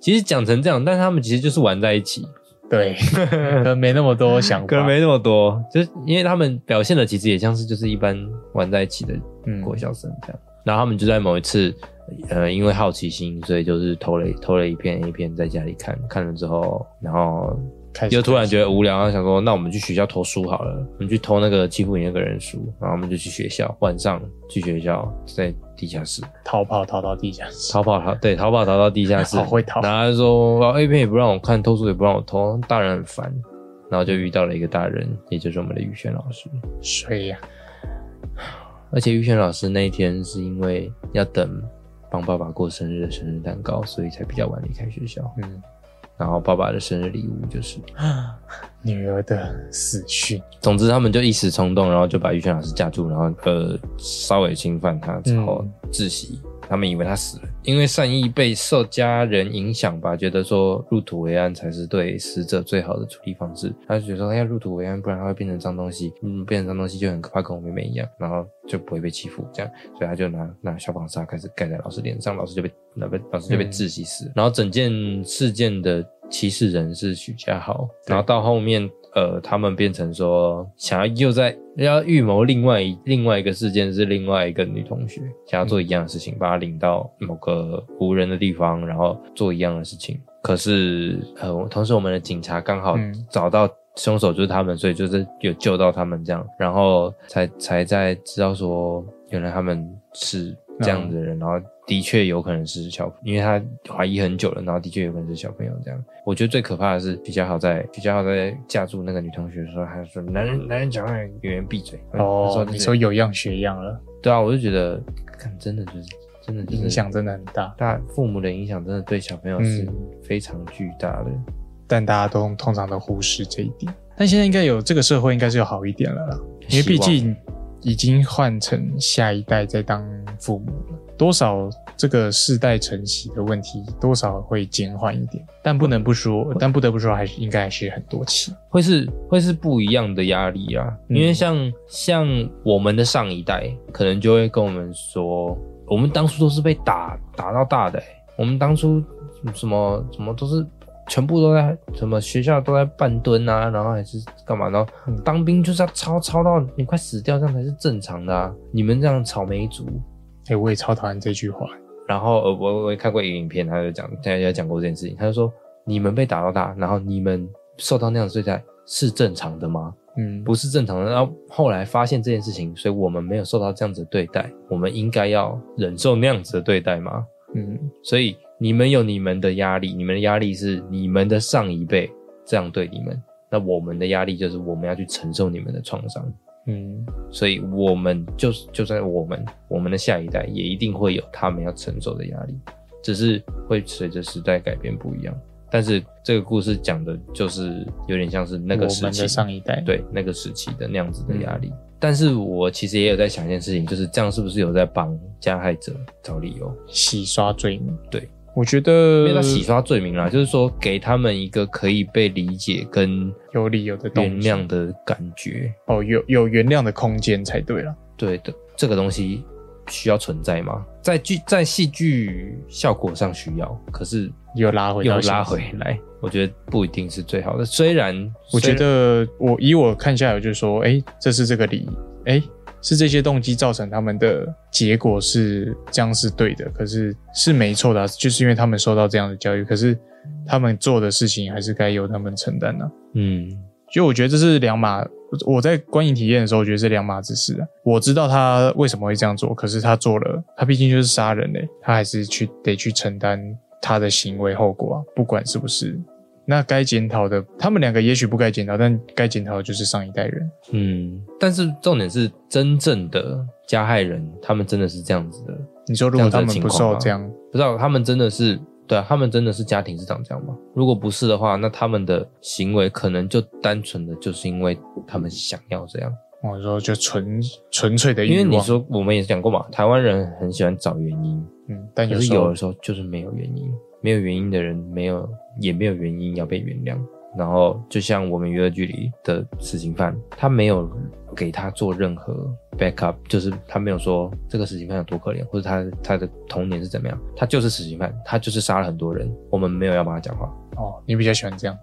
[SPEAKER 2] 其实讲成这样，但他们其实就是玩在一起，
[SPEAKER 1] 对， 可能没那么多想法，
[SPEAKER 2] 可能没那么多，就是因为他们表现的其实也像是就是一般玩在一起的
[SPEAKER 1] 嗯
[SPEAKER 2] 国小生这样。然后他们就在某一次，呃，因为好奇心，所以就是偷了偷了一片 A 片在家里看，看了之后，然后
[SPEAKER 1] 开始
[SPEAKER 2] 又突然觉得无聊，然后想说，那我们去学校偷书好了，我们去偷那个欺负你那个人书，然后我们就去学校，晚上去学校，在地下室
[SPEAKER 1] 逃跑逃到地下室，
[SPEAKER 2] 逃跑逃，对，逃跑逃到地下 室，
[SPEAKER 1] 好会逃
[SPEAKER 2] 然后他说，然后 A 片也不让我看，偷书也不让我偷，大人很烦，然后就遇到了一个大人，也就是我们的宇轩老师，
[SPEAKER 1] 水呀、
[SPEAKER 2] 而且玉轩老师那一天是因为要等帮爸爸过生日的生日蛋糕，所以才比较晚离开学校。
[SPEAKER 1] 嗯，
[SPEAKER 2] 然后爸爸的生日礼物就是，
[SPEAKER 1] 女儿的死讯，
[SPEAKER 2] 总之他们就一时冲动，然后就把玉轩老师架住，然后呃稍微侵犯他之后窒息。他们以为他死了，因为善意被受家人影响吧，觉得说入土为安才是对死者最好的处理方式。他就觉得说哎要入土为安，不然他会变成脏东西，嗯，变成脏东西就很可怕，跟我妹妹一样，然后就不会被欺负这样。所以他就拿拿消防砂开始盖在老师脸上，老师就被那被老师就被
[SPEAKER 1] 嗯
[SPEAKER 2] 窒息死了。然后整件事件的起始人是许家豪，
[SPEAKER 1] 对
[SPEAKER 2] 然后到后面呃，他们变成说想要又在要预谋另外一另外一个事件是另外一个女同学想要做
[SPEAKER 1] 嗯
[SPEAKER 2] 一样的事情，把她领到某个无人的地方，然后做一样的事情。可是呃，同时我们的警察刚好
[SPEAKER 1] 嗯
[SPEAKER 2] 找到凶手就是他们，所以就是有救到他们这样，然后才才在知道说原来他们是这
[SPEAKER 1] 嗯
[SPEAKER 2] 样的人，然后的确有可能是小，因为他怀疑很久了，然后的确有可能是小朋友这样。我觉得最可怕的是比较好在比较好在架住那个女同学的时候，他说男人男人讲话永远闭嘴。她
[SPEAKER 1] 哦，
[SPEAKER 2] 这
[SPEAKER 1] 你
[SPEAKER 2] 个
[SPEAKER 1] 说有样学样了，
[SPEAKER 2] 对啊，我就觉得看真的就是真的就是
[SPEAKER 1] 影响真的很大，
[SPEAKER 2] 大，父母的影响真的对小朋友是
[SPEAKER 1] 嗯
[SPEAKER 2] 非常巨大的。
[SPEAKER 1] 但大家都通常都忽视这一点。但现在应该有这个社会应该是有好一点了啦，因为毕竟已经换成下一代在当父母了，多少这个世代承袭的问题多少会减缓一点，但不能不说，但不得不说还是应该还是很多起，
[SPEAKER 2] 会是会是不一样的压力啊，
[SPEAKER 1] 嗯
[SPEAKER 2] 因为像像我们的上一代，可能就会跟我们说，我们当初都是被打打到大的欸、我们当初什么什么都是全部都在什么学校都在半蹲啊，然后还是干嘛，然后
[SPEAKER 1] 嗯
[SPEAKER 2] 当兵就是要操操到你快死掉，这样才是正常的啊，你们这样草莓族。
[SPEAKER 1] 哎、我也超讨厌这句话，
[SPEAKER 2] 然后呃，我我也看过一个影片，他就讲，他也讲过这件事情，他就说，你们被打到大，然后你们受到那样的对待是正常的吗？
[SPEAKER 1] 嗯，
[SPEAKER 2] 不是正常的。然后后来发现这件事情，所以我们没有受到这样子的对待，我们应该要忍受那样子的对待吗？
[SPEAKER 1] 嗯，
[SPEAKER 2] 所以你们有你们的压力，你们的压力是你们的上一辈这样对你们，那我们的压力就是我们要去承受你们的创伤。
[SPEAKER 1] 嗯，
[SPEAKER 2] 所以我们就是就算我们我们的下一代也一定会有他们要承受的压力，只是会随着时代改变不一样。但是这个故事讲的就是有点像是那个
[SPEAKER 1] 我
[SPEAKER 2] 时
[SPEAKER 1] 们
[SPEAKER 2] 期
[SPEAKER 1] 的上一代，，
[SPEAKER 2] 对那个时期的那样子的压力。
[SPEAKER 1] 嗯
[SPEAKER 2] 但是我其实也有在想一件事情，就是这样是不是有在帮加害者找理由，
[SPEAKER 1] 洗刷罪名，
[SPEAKER 2] 对，
[SPEAKER 1] 我觉得
[SPEAKER 2] 没有在洗刷罪
[SPEAKER 1] 嗯
[SPEAKER 2] 名啦，就是说给他们一个可以被理解跟
[SPEAKER 1] 有理有的东
[SPEAKER 2] 原
[SPEAKER 1] 西
[SPEAKER 2] 谅的感觉。
[SPEAKER 1] 哦，有有原谅的空间才对了，
[SPEAKER 2] 对的，这个东西需要存在吗？在剧在戏剧效果上需要，可是
[SPEAKER 1] 又拉回
[SPEAKER 2] 又
[SPEAKER 1] 到
[SPEAKER 2] 拉
[SPEAKER 1] 现实
[SPEAKER 2] 回来，我觉得不一定是最好的。虽然
[SPEAKER 1] 我觉
[SPEAKER 2] 虽然
[SPEAKER 1] 得我以我看下来，我就说，哎、这是这个理，哎、是这些动机造成他们的结果是这样是对的，可是是没错的啊、就是因为他们受到这样的教育，可是他们做的事情还是该由他们承担啊的、
[SPEAKER 2] 嗯
[SPEAKER 1] 就我觉得这是两码，我在观影体验的时候，我觉得是两码子事、啊。我知道他为什么会这样做，可是他做了，他毕竟就是杀人嘞、他还是去得去承担他的行为后果啊，不管是不是。那该检讨的，他们两个也许不该检讨，但该检讨的就是上一代人。
[SPEAKER 2] 嗯，但是重点是真正的加害人，他们真的是这样子的，
[SPEAKER 1] 你说如果他们
[SPEAKER 2] 这样子的
[SPEAKER 1] 不
[SPEAKER 2] 情况
[SPEAKER 1] 受
[SPEAKER 2] 吗
[SPEAKER 1] 这样，
[SPEAKER 2] 不知道他们真的是对啊，他们真的是家庭是长这样吗？如果不是的话，那他们的行为可能就单纯的就是因为他们想要这样。
[SPEAKER 1] 我哦说就纯纯粹的欲
[SPEAKER 2] 因
[SPEAKER 1] 望。
[SPEAKER 2] 为你，说我们也讲过嘛，台湾人很喜欢找原因，
[SPEAKER 1] 嗯，但
[SPEAKER 2] 可
[SPEAKER 1] 有
[SPEAKER 2] 是
[SPEAKER 1] 时
[SPEAKER 2] 有
[SPEAKER 1] 候
[SPEAKER 2] 的时候就是没有原因，没有原因的人没有也没有原因要被原谅。然后就像我们娱乐剧里的死刑犯，他没有给他做任何 backup，就是他没有说这个死刑犯有多可怜，或者他他的童年是怎么样，他就是死刑犯，他就是杀了很多人，我们没有要帮他讲话。
[SPEAKER 1] 哦，你比较喜欢这样，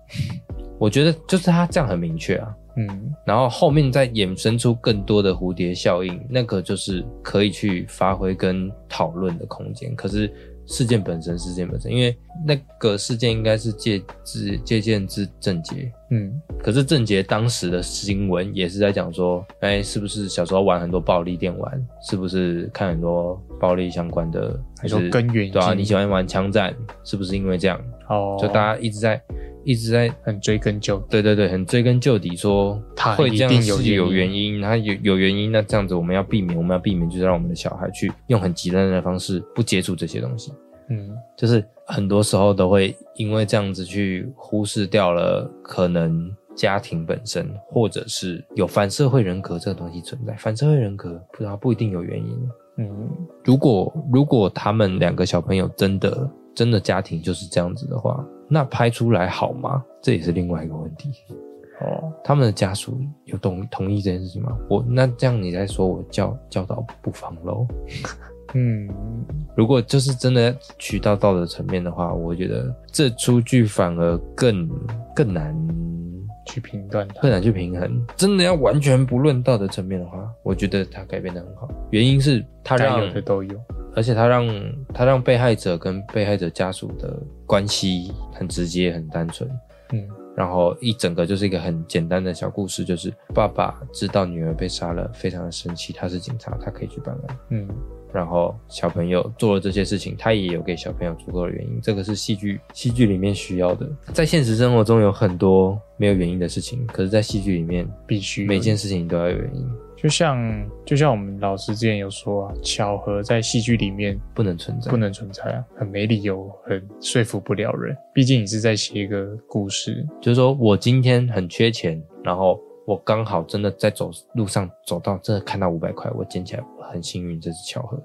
[SPEAKER 2] 我觉得就是他这样很明确啊，
[SPEAKER 1] 嗯，
[SPEAKER 2] 然后后面再衍生出更多的蝴蝶效应，那个就是可以去发挥跟讨论的空间。可是事件本身，事件本身，因为那个事件应该是借自借鉴自郑杰，
[SPEAKER 1] 嗯
[SPEAKER 2] 可是郑杰当时的新闻也是在讲说，哎、是不是小时候玩很多暴力电玩，是不是看很多暴力相关的，还
[SPEAKER 1] 你说
[SPEAKER 2] 是
[SPEAKER 1] 根源已
[SPEAKER 2] 对啊，
[SPEAKER 1] 经
[SPEAKER 2] 你喜欢玩枪战，是不是因为这样？
[SPEAKER 1] 哦，
[SPEAKER 2] 就大家一直在一直在
[SPEAKER 1] 很追根究底，
[SPEAKER 2] 对对对，很追根究底说
[SPEAKER 1] 他
[SPEAKER 2] 会
[SPEAKER 1] 一
[SPEAKER 2] 这样
[SPEAKER 1] 定有
[SPEAKER 2] 是有
[SPEAKER 1] 原
[SPEAKER 2] 原因，他有有原因，那这样子我们要避免，我们要避免就是让我们的小孩去用很极端的方式不接触这些东西，
[SPEAKER 1] 嗯
[SPEAKER 2] 就是很多时候都会因为这样子去忽视掉了可能。家庭本身，或者是有反社会人格这个东西存在，反社会人格不知道不一定有原因，
[SPEAKER 1] 嗯
[SPEAKER 2] 如果如果他们两个小朋友真的真的家庭就是这样子的话，那拍出来好吗？这也是另外一个问题。
[SPEAKER 1] 哦，
[SPEAKER 2] 他们的家属有同同意这件事情吗？我那这样你在说我教教导不防喽？
[SPEAKER 1] 嗯
[SPEAKER 2] 如果就是真的取到道德层面的话，我觉得这出剧反而更更难
[SPEAKER 1] 去评断它
[SPEAKER 2] 更，难去平衡。真的要完全不论道德层面的话，我觉得它改变的很好。原因是它
[SPEAKER 1] 该
[SPEAKER 2] 让
[SPEAKER 1] 有的都有，
[SPEAKER 2] 而且他让他让被害者跟被害者家属的关系很直接、很单纯，
[SPEAKER 1] 嗯
[SPEAKER 2] 然后一整个就是一个很简单的小故事，就是爸爸知道女儿被杀了，非常的生气，他是警察，他可以去办案。
[SPEAKER 1] 嗯
[SPEAKER 2] 然后小朋友做了这些事情，他也有给小朋友足够的原因，这个是戏剧戏剧里面需要的。在现实生活中有很多没有原因的事情，可是，在戏剧里面，
[SPEAKER 1] 必须有
[SPEAKER 2] 每件事情都要有原因，
[SPEAKER 1] 就像就像我们老师之前有说啊，巧合在戏剧里面
[SPEAKER 2] 不能存在
[SPEAKER 1] 不。能存在啊，很没理由，很说服不了人。毕竟你是在写一个故事，
[SPEAKER 2] 就是说我今天很缺钱，然后我刚好真的在走路上走到，真的看到五百块，我捡起来，我很幸运，这是巧合。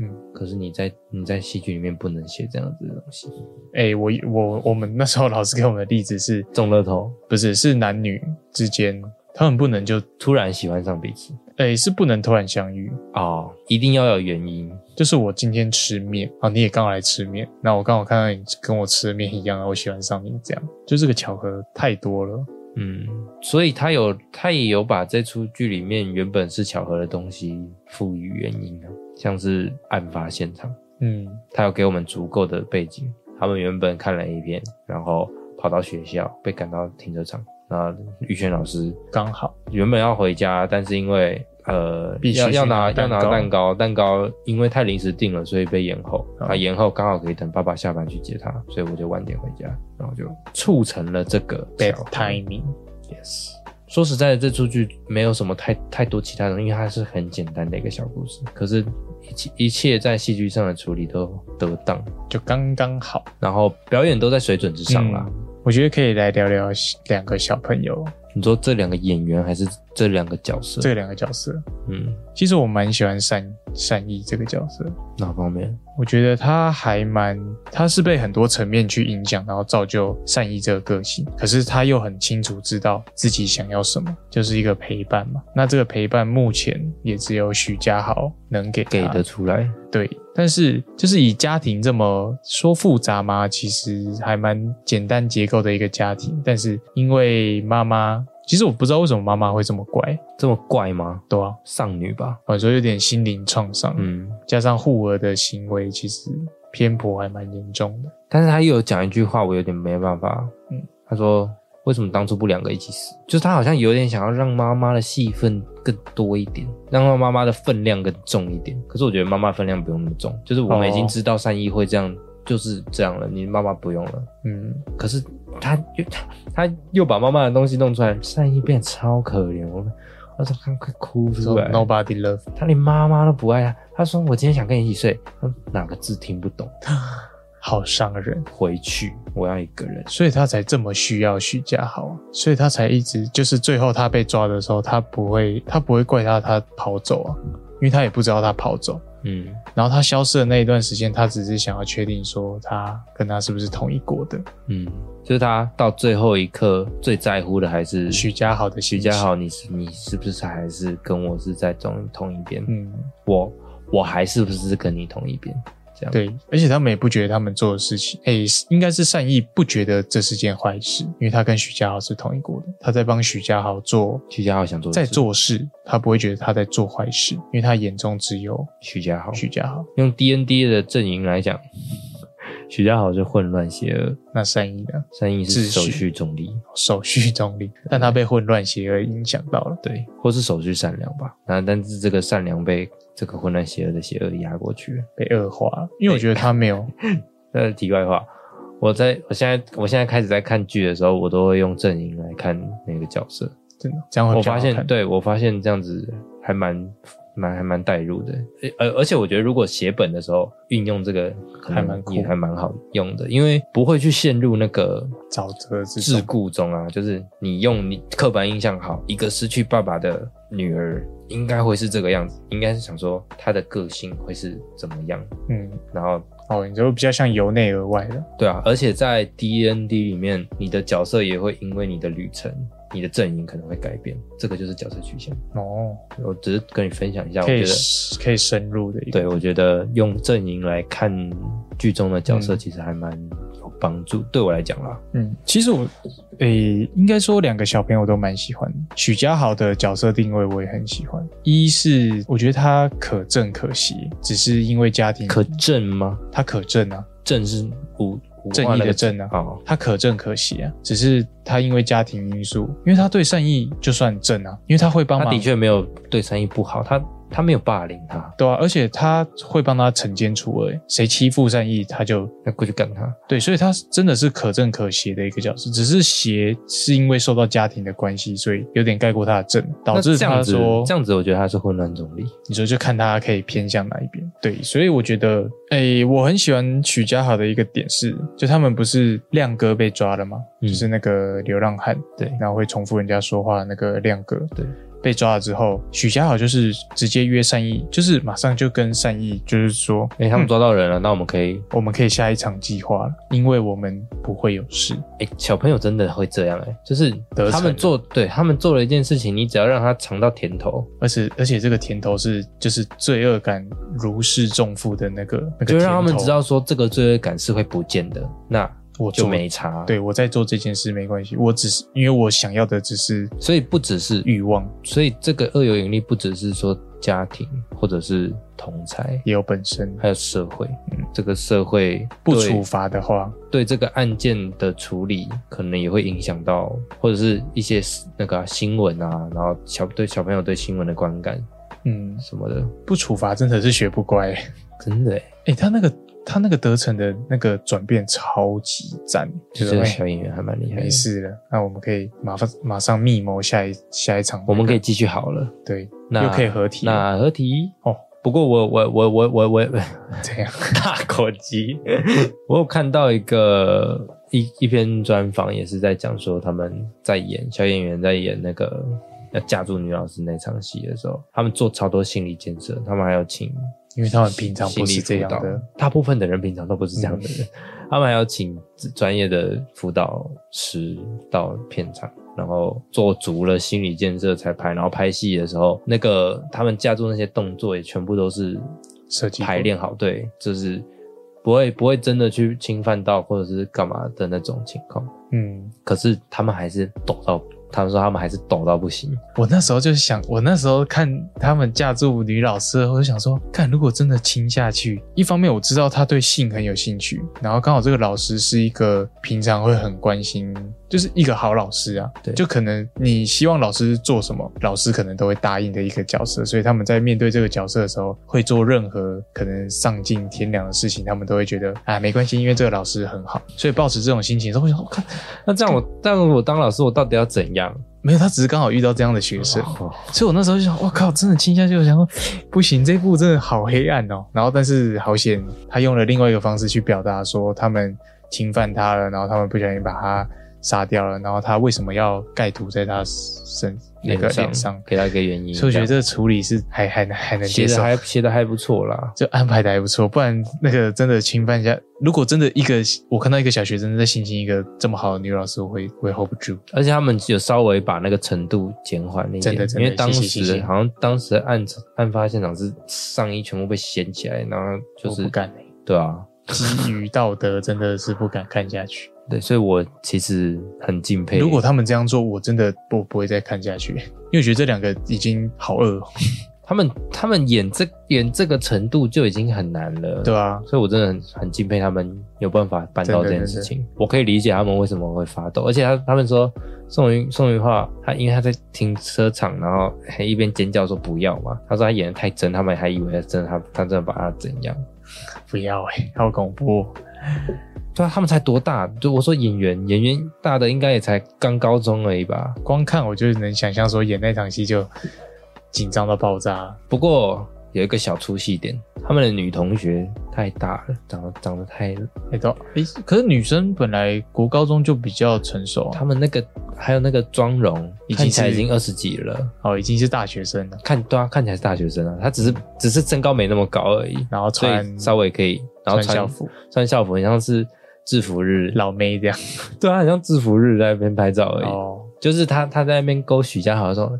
[SPEAKER 1] 嗯，
[SPEAKER 2] 可是你在你在戏剧里面不能写这样子的东西，
[SPEAKER 1] 哎、我我我们那时候老师给我们的例子是，
[SPEAKER 2] 中乐透
[SPEAKER 1] 不是是男女之间，他们不能就
[SPEAKER 2] 突然喜欢上彼此
[SPEAKER 1] 哎、是不能突然相遇。
[SPEAKER 2] 哦，一定要有原因。
[SPEAKER 1] 就是我今天吃面啊，你也刚好来吃面，那我刚好看到你跟我吃的面一样，啊然后我喜欢上你，这样就这个巧合太多了。
[SPEAKER 2] 嗯，所以他有他也有把这出剧里面原本是巧合的东西赋予原因啊，像是案发现场。
[SPEAKER 1] 嗯
[SPEAKER 2] 他有给我们足够的背景。他们原本看了 A 片，然后跑到学校，被赶到停车场。那玉轩老师
[SPEAKER 1] 刚好，
[SPEAKER 2] 原本要回家，但是因为呃
[SPEAKER 1] 必须
[SPEAKER 2] 要
[SPEAKER 1] 去
[SPEAKER 2] 要拿
[SPEAKER 1] 拿
[SPEAKER 2] 要
[SPEAKER 1] 蛋
[SPEAKER 2] 拿
[SPEAKER 1] 糕
[SPEAKER 2] 蛋糕，蛋糕因为太临时订了，所以被延后。
[SPEAKER 1] 嗯
[SPEAKER 2] 啊，延后刚好可以等爸爸下班去接他，所以我就晚点回家，然后就促成了这个
[SPEAKER 1] bad
[SPEAKER 2] 巧合
[SPEAKER 1] timing。
[SPEAKER 2] Yes。说实在的，这出剧没有什么太太多其他的，因为它是很简单的一个小故事。可是一切一切在戏剧上的处理都得当，
[SPEAKER 1] 就刚刚好
[SPEAKER 2] 然后表演都在水准之上啦。
[SPEAKER 1] 嗯我觉得可以来聊聊两个小朋友，
[SPEAKER 2] 你说这两个演员还是这两个角色？
[SPEAKER 1] 这，两个角色。
[SPEAKER 2] 嗯，
[SPEAKER 1] 其实我蛮喜欢善善意这个角色，
[SPEAKER 2] 哪方面？
[SPEAKER 1] 我觉得他还蛮，他是被很多层面去影响，然后造就善意这个个性。可是他又很清楚知道自己想要什么，就是一个陪伴嘛。那这个陪伴目前也只有许家豪能给他
[SPEAKER 2] 给得出来？
[SPEAKER 1] 对，但是就是以家庭这么说复杂嘛，其实还蛮简单结构的一个家庭，但是因为妈妈，其实我不知道为什么妈妈会这么乖，
[SPEAKER 2] 这么怪吗？
[SPEAKER 1] 对啊，
[SPEAKER 2] 丧女吧？
[SPEAKER 1] 或者说有点心灵创伤，
[SPEAKER 2] 嗯，
[SPEAKER 1] 加上护儿的行为，其实偏颇还蛮严重的。
[SPEAKER 2] 但是他又有讲一句话，我有点没办法。嗯
[SPEAKER 1] 嗯，
[SPEAKER 2] 他说为什么当初不两个一起死？就是他好像有点想要让妈妈的戏份更多一点，让妈妈的分量更重一点。可是我觉得妈妈分量不用那么重，就是我们已经
[SPEAKER 1] 哦
[SPEAKER 2] 知道善意会这样，就是这样了，你妈妈不用了。
[SPEAKER 1] 嗯，
[SPEAKER 2] 可是他又他他又把妈妈的东西弄出来，善意变得超可怜，我我操，快哭出
[SPEAKER 1] 说
[SPEAKER 2] 来。
[SPEAKER 1] Nobody love，
[SPEAKER 2] 他连妈妈都不爱他，他说我今天想跟你一起睡，他说哪个字听不懂，
[SPEAKER 1] 好伤人，
[SPEAKER 2] 回去我要一个人。
[SPEAKER 1] 所以他才这么需要许家豪啊，所以他才一直就是最后他被抓的时候，他不会他不会怪他他跑走啊，因为他也不知道他跑走。
[SPEAKER 2] 嗯，
[SPEAKER 1] 然后他消失的那一段时间，他只是想要确定说他跟他是不是同一国的。
[SPEAKER 2] 嗯，就是他到最后一刻最在乎的还是
[SPEAKER 1] 许家豪的
[SPEAKER 2] 嗯许
[SPEAKER 1] 心情
[SPEAKER 2] 家，豪，你是你是不是还是跟我是在同同一边？
[SPEAKER 1] 嗯，
[SPEAKER 2] 我我还是不是跟你同一边？这样，
[SPEAKER 1] 对，而且他们也不觉得他们做的事情，哎、应该是善意，不觉得这是件坏事，因为他跟许家豪是同一国的，他在帮许家豪做
[SPEAKER 2] 许家豪想做的
[SPEAKER 1] 在
[SPEAKER 2] 事
[SPEAKER 1] 做事，他不会觉得他在做坏事，因为他眼中只有
[SPEAKER 2] 许家豪，
[SPEAKER 1] 许家豪。
[SPEAKER 2] 用 D N D 的阵营来讲， 曲家豪是混乱邪恶，
[SPEAKER 1] 那善意呢？
[SPEAKER 2] 善意是
[SPEAKER 1] 秩
[SPEAKER 2] 手
[SPEAKER 1] 序
[SPEAKER 2] 续中立，
[SPEAKER 1] 手续中立，但他被混乱邪恶影响到了。
[SPEAKER 2] 对，或是手续善良吧。那但是这个善良被这个混乱邪恶的邪恶压过去了。
[SPEAKER 1] 被恶化了，因为我觉得他没 有，
[SPEAKER 2] 那题外话，我在我现在我现在开始在看剧的时候，我都会用阵营来看每个角色。
[SPEAKER 1] 真的这样会
[SPEAKER 2] 我
[SPEAKER 1] 比较
[SPEAKER 2] 发
[SPEAKER 1] 哦好
[SPEAKER 2] 现，
[SPEAKER 1] 看
[SPEAKER 2] 对我发现这样子还蛮蛮还蛮带入的。而而且我觉得，如果写本的时候运用这个，可能
[SPEAKER 1] 还蛮酷
[SPEAKER 2] 也还蛮好用的，因为不会去陷入那个
[SPEAKER 1] 沼泽之
[SPEAKER 2] 桎
[SPEAKER 1] 中
[SPEAKER 2] 梏中啊，就是你用你刻板印象好，一个失去爸爸的女儿应该会是这个样子，应该是想说她的个性会是怎么样，
[SPEAKER 1] 嗯，
[SPEAKER 2] 然后
[SPEAKER 1] 哦，你就比较像由内而外的，
[SPEAKER 2] 对啊，而且在 D N D 里面，你的角色也会因为你的旅程、你的阵营可能会改变，这个就是角色曲线。
[SPEAKER 1] 哦，
[SPEAKER 2] 我只是跟你分享一下，我
[SPEAKER 1] 可
[SPEAKER 2] 觉
[SPEAKER 1] 以
[SPEAKER 2] 得，
[SPEAKER 1] 可以深入的一个，
[SPEAKER 2] 对我觉得用阵营来看剧中的角色，
[SPEAKER 1] 嗯
[SPEAKER 2] 其实还蛮有帮助。对我来讲啦，
[SPEAKER 1] 嗯，其实我，诶、应该说两个小朋友都蛮喜欢的许家豪的角色定位，我也很喜欢。一是我觉得他可正可邪，只是因为家庭
[SPEAKER 2] 可正吗？
[SPEAKER 1] 他可正啊，
[SPEAKER 2] 正是无无
[SPEAKER 1] 正
[SPEAKER 2] 话
[SPEAKER 1] 义
[SPEAKER 2] 那
[SPEAKER 1] 的
[SPEAKER 2] 个
[SPEAKER 1] 正啊，
[SPEAKER 2] 哦，
[SPEAKER 1] 他可正可邪啊，只是他因为家庭因素，因为他对善意就算正啊，因为他会帮
[SPEAKER 2] 他
[SPEAKER 1] 忙
[SPEAKER 2] 的确没有对三一不好，他他没有霸凌他，
[SPEAKER 1] 对啊，而且他会帮他惩奸除恶，欸谁欺负善意，他就
[SPEAKER 2] 那过去干他。
[SPEAKER 1] 对，所以他真的是可正可邪的一个角色。只是邪是因为受到家庭的关系，所以有点盖过他的正，导致
[SPEAKER 2] 那这样
[SPEAKER 1] 他
[SPEAKER 2] 子
[SPEAKER 1] 说，
[SPEAKER 2] 这样子我觉得他是混乱中立。
[SPEAKER 1] 你说就看他可以偏向哪一边。对，所以我觉得，诶、我很喜欢许家豪的一个点是，就他们不是亮哥被抓了吗？
[SPEAKER 2] 嗯
[SPEAKER 1] 就是那个流浪汉，
[SPEAKER 2] 对
[SPEAKER 1] 然后会重复人家说话的那个亮哥，
[SPEAKER 2] 对。
[SPEAKER 1] 被抓了之后，许家豪就是直接约善意，就是马上就跟善意，就是说，
[SPEAKER 2] 哎、他们抓到人了，那我们可以
[SPEAKER 1] 我们可以下一场计划了，因为我们不会有事。
[SPEAKER 2] 哎、小朋友真的会这样哎、就是
[SPEAKER 1] 得逞啊
[SPEAKER 2] 他们做对他们做了一件事情，你只要让他尝到甜头，
[SPEAKER 1] 而且而且这个甜头是就是罪恶感如释重负的那个那个
[SPEAKER 2] 就
[SPEAKER 1] 甜头，
[SPEAKER 2] 让他们知道说这个罪恶感是会不见的，那
[SPEAKER 1] 我
[SPEAKER 2] 就
[SPEAKER 1] 做
[SPEAKER 2] 没差。，
[SPEAKER 1] 对我在做这件事没关系，我只是因为我想要的只是
[SPEAKER 2] 所以不只是
[SPEAKER 1] 欲望，
[SPEAKER 2] 所以这个恶有盈利不只是说家庭或者是同才，
[SPEAKER 1] 也有本身
[SPEAKER 2] 还有社会，
[SPEAKER 1] 嗯
[SPEAKER 2] 这个社会
[SPEAKER 1] 不
[SPEAKER 2] 对
[SPEAKER 1] 处罚的话，
[SPEAKER 2] 对这个案件的处理，可能也会影响到，或者是一些那个啊、新闻啊，然后小对小朋友对新闻的观感
[SPEAKER 1] 嗯，
[SPEAKER 2] 什么的，
[SPEAKER 1] 不处罚真的是学不乖、
[SPEAKER 2] 真的哎、
[SPEAKER 1] 诶、他那个他那个得逞的那个转变超级赞，
[SPEAKER 2] 就
[SPEAKER 1] 就是是
[SPEAKER 2] 小
[SPEAKER 1] 哎
[SPEAKER 2] 演员还蛮厉害的
[SPEAKER 1] 没。事了，那我们可以马上马上密谋下一下一场，
[SPEAKER 2] 我们可以继续好了，
[SPEAKER 1] 对
[SPEAKER 2] 那
[SPEAKER 1] 又可以合体了
[SPEAKER 2] 那合体
[SPEAKER 1] 哦，
[SPEAKER 2] 不过我我我我我我
[SPEAKER 1] 这样，
[SPEAKER 2] 大口鸡， 我有看到一个一一篇专访，也是在讲说他们在演小演员在演那个要架住女老师那场戏的时候，他们做超多心理建设，他们还要请
[SPEAKER 1] 因为他们平常不
[SPEAKER 2] 心
[SPEAKER 1] 是
[SPEAKER 2] 理
[SPEAKER 1] 这样
[SPEAKER 2] 辅导
[SPEAKER 1] 的，，
[SPEAKER 2] 大部分的人平常都不是这样的 人，他们还要请专业的辅导师到片场。然后做足了心理建设才拍，然后拍戏的时候，那个他们架住那些动作也全部都是
[SPEAKER 1] 设计过
[SPEAKER 2] 排练好，对，就是不会不会真的去侵犯到或者是干嘛的那种情况。
[SPEAKER 1] 嗯。
[SPEAKER 2] 可是他们还是抖到，他们说他们还是抖到不行。
[SPEAKER 1] 我那时候就想，我那时候看他们架住女老师，我就想说，看如果真的亲下去，一方面我知道他对性很有兴趣，然后刚好这个老师是一个平常会很关心，就是一个好老师啊，
[SPEAKER 2] 对
[SPEAKER 1] 就可能你希望老师做什么，老师可能都会答应的一个角色，所以他们在面对这个角色的时候，会做任何可能丧尽天良的事情，他们都会觉得啊没关系，因为这个老师很好，所以抱持这种心情的时候，我想说，哦看
[SPEAKER 2] 那这样我，但我当老师，我到底要怎样？哦
[SPEAKER 1] 没有，他只是刚好遇到这样的学生。所以我那时候就想，我靠，真的亲下去，我想说，不行，这部真的好黑暗哦。然后，但是好险，他用了另外一个方式去表达说，他们侵犯他了，然后他们不小心把他杀掉了，然后他为什么要盖土在他身那个脸上？
[SPEAKER 2] 给他一个原因。
[SPEAKER 1] 所以我觉得
[SPEAKER 2] 这
[SPEAKER 1] 这个处理是还还还能
[SPEAKER 2] 样
[SPEAKER 1] 接
[SPEAKER 2] 写的
[SPEAKER 1] 受，
[SPEAKER 2] 还写的还不错啦。
[SPEAKER 1] 就安排的还不错。不然那个真的侵犯一下，如果真的一个我看到一个小学生在性侵一个这么好的女老师，我会我会 hold 不住。
[SPEAKER 2] 而且他们有稍微把那个程度减缓了一点，
[SPEAKER 1] 真的真的
[SPEAKER 2] 因为当时
[SPEAKER 1] 谢谢谢谢
[SPEAKER 2] 好像当时的案案发现场是上衣全部被掀起来，然后就
[SPEAKER 1] 我
[SPEAKER 2] 是
[SPEAKER 1] 不敢、欸，
[SPEAKER 2] 对啊，
[SPEAKER 1] 基于道德真的是不敢看下去。
[SPEAKER 2] 对，所以我其实很敬佩。
[SPEAKER 1] 如果他们这样做，我真的不不会再看下去，因为我觉得这两个已经好恶、哦。
[SPEAKER 2] 他们他们演这演这个程度就已经很难了，
[SPEAKER 1] 对啊，
[SPEAKER 2] 所以我真的很很敬佩他们有办法办到这件事情。我可以理解他们为什么会发抖，而且他他们说宋云宋云桦，他因为他在停车场，然后还一边尖叫说不要嘛，他说他演的太真，他们还以为他真的他他真的把他怎样。
[SPEAKER 1] 不要哎、好恐怖哦、
[SPEAKER 2] 对啊，他们才多大？就我说演员，演员大的应该也才刚高中而已吧。
[SPEAKER 1] 光看我就能想象说演那场戏就紧张到爆炸，
[SPEAKER 2] 不过有一个小出戏点，他们的女同学太大了，长得长得太
[SPEAKER 1] 哎都哎，可是女生本来国高中就比较成熟啊，
[SPEAKER 2] 他们那个还有那个妆容，
[SPEAKER 1] 已经
[SPEAKER 2] 看起来
[SPEAKER 1] 是
[SPEAKER 2] 已经二十几了，
[SPEAKER 1] 哦已经是大学生了，
[SPEAKER 2] 看对啊，看起来是大学生啊，他只是只是身高没那么高而已，
[SPEAKER 1] 然后
[SPEAKER 2] 所
[SPEAKER 1] 嗯穿
[SPEAKER 2] 以稍微可以，然后穿
[SPEAKER 1] 校服，
[SPEAKER 2] 穿校服很像是制服日，
[SPEAKER 1] 老妹这样
[SPEAKER 2] 对啊，很像制服日在那边拍照而已，
[SPEAKER 1] 哦，
[SPEAKER 2] 就是他他在那边勾许家豪说。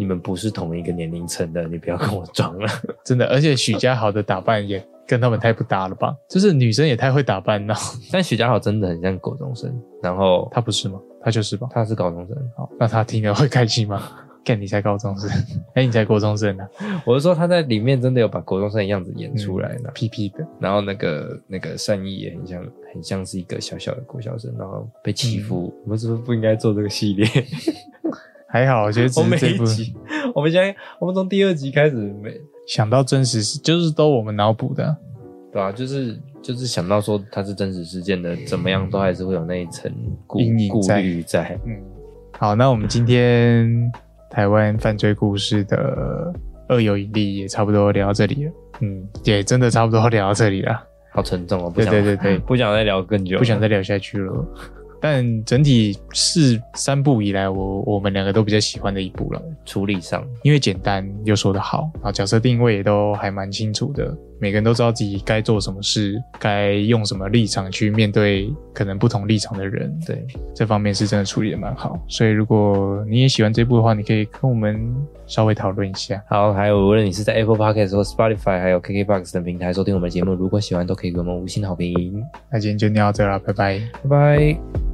[SPEAKER 2] 你们不是同一个年龄层的，你不要跟我装了。
[SPEAKER 1] 真的，而且许家豪的打扮也跟他们太不搭了吧？就是女生也太会打扮了，
[SPEAKER 2] 但许家豪真的很像高中生，然后
[SPEAKER 1] 他不是吗？他就是吧？
[SPEAKER 2] 他是高中生，
[SPEAKER 1] 好，哦那他听了会开心吗？ 干你才高中生， 哎、你才国中生啊，
[SPEAKER 2] 我是说他在里面真的有把国中生的样子演
[SPEAKER 1] 嗯
[SPEAKER 2] 出来了，
[SPEAKER 1] 屁屁的，
[SPEAKER 2] 然后那个那个善意也很像，很像是一个小小的国小生，然后被
[SPEAKER 1] 嗯
[SPEAKER 2] 欺负。我们是不是不应该做这个系列？
[SPEAKER 1] 还好，我觉得只
[SPEAKER 2] 我们
[SPEAKER 1] 是
[SPEAKER 2] 每
[SPEAKER 1] 这
[SPEAKER 2] 一
[SPEAKER 1] 部
[SPEAKER 2] 集，我们现在我们从第二集开始没
[SPEAKER 1] 想到真实事，就是都我们脑补的啊、
[SPEAKER 2] 对啊，就是就是想到说它是真实事件的，怎么样都还是会有那一层顾
[SPEAKER 1] 阴影
[SPEAKER 2] 顾
[SPEAKER 1] 在
[SPEAKER 2] 虑在。
[SPEAKER 1] 嗯，好，那我们今天台湾犯罪故事的恶有引力也差不多聊到这里了，嗯，也真的差不多聊到这里了，
[SPEAKER 2] 好沉重哦，不
[SPEAKER 1] 对
[SPEAKER 2] 想
[SPEAKER 1] 对对对，
[SPEAKER 2] 不想再聊更久，
[SPEAKER 1] 不想再聊下去了。但整体是三部以来我我们两个都比较喜欢的一部了，
[SPEAKER 2] 处理上，
[SPEAKER 1] 因为简单又说得好，然后角色定位也都还蛮清楚的，每个人都知道自己该做什么事，该用什么立场去面对可能不同立场的人，
[SPEAKER 2] 对，
[SPEAKER 1] 这方面是真的处理的蛮好。所以如果你也喜欢这部的话，你可以跟我们稍微讨论一下。
[SPEAKER 2] 好，还有无论你是在 Apple Podcast 或 Spotify，还有 KKBox 等平台收听我们的节目，如果喜欢都可以给我们五星好评，
[SPEAKER 1] 那今天就聊到这了，拜拜。
[SPEAKER 2] 拜拜。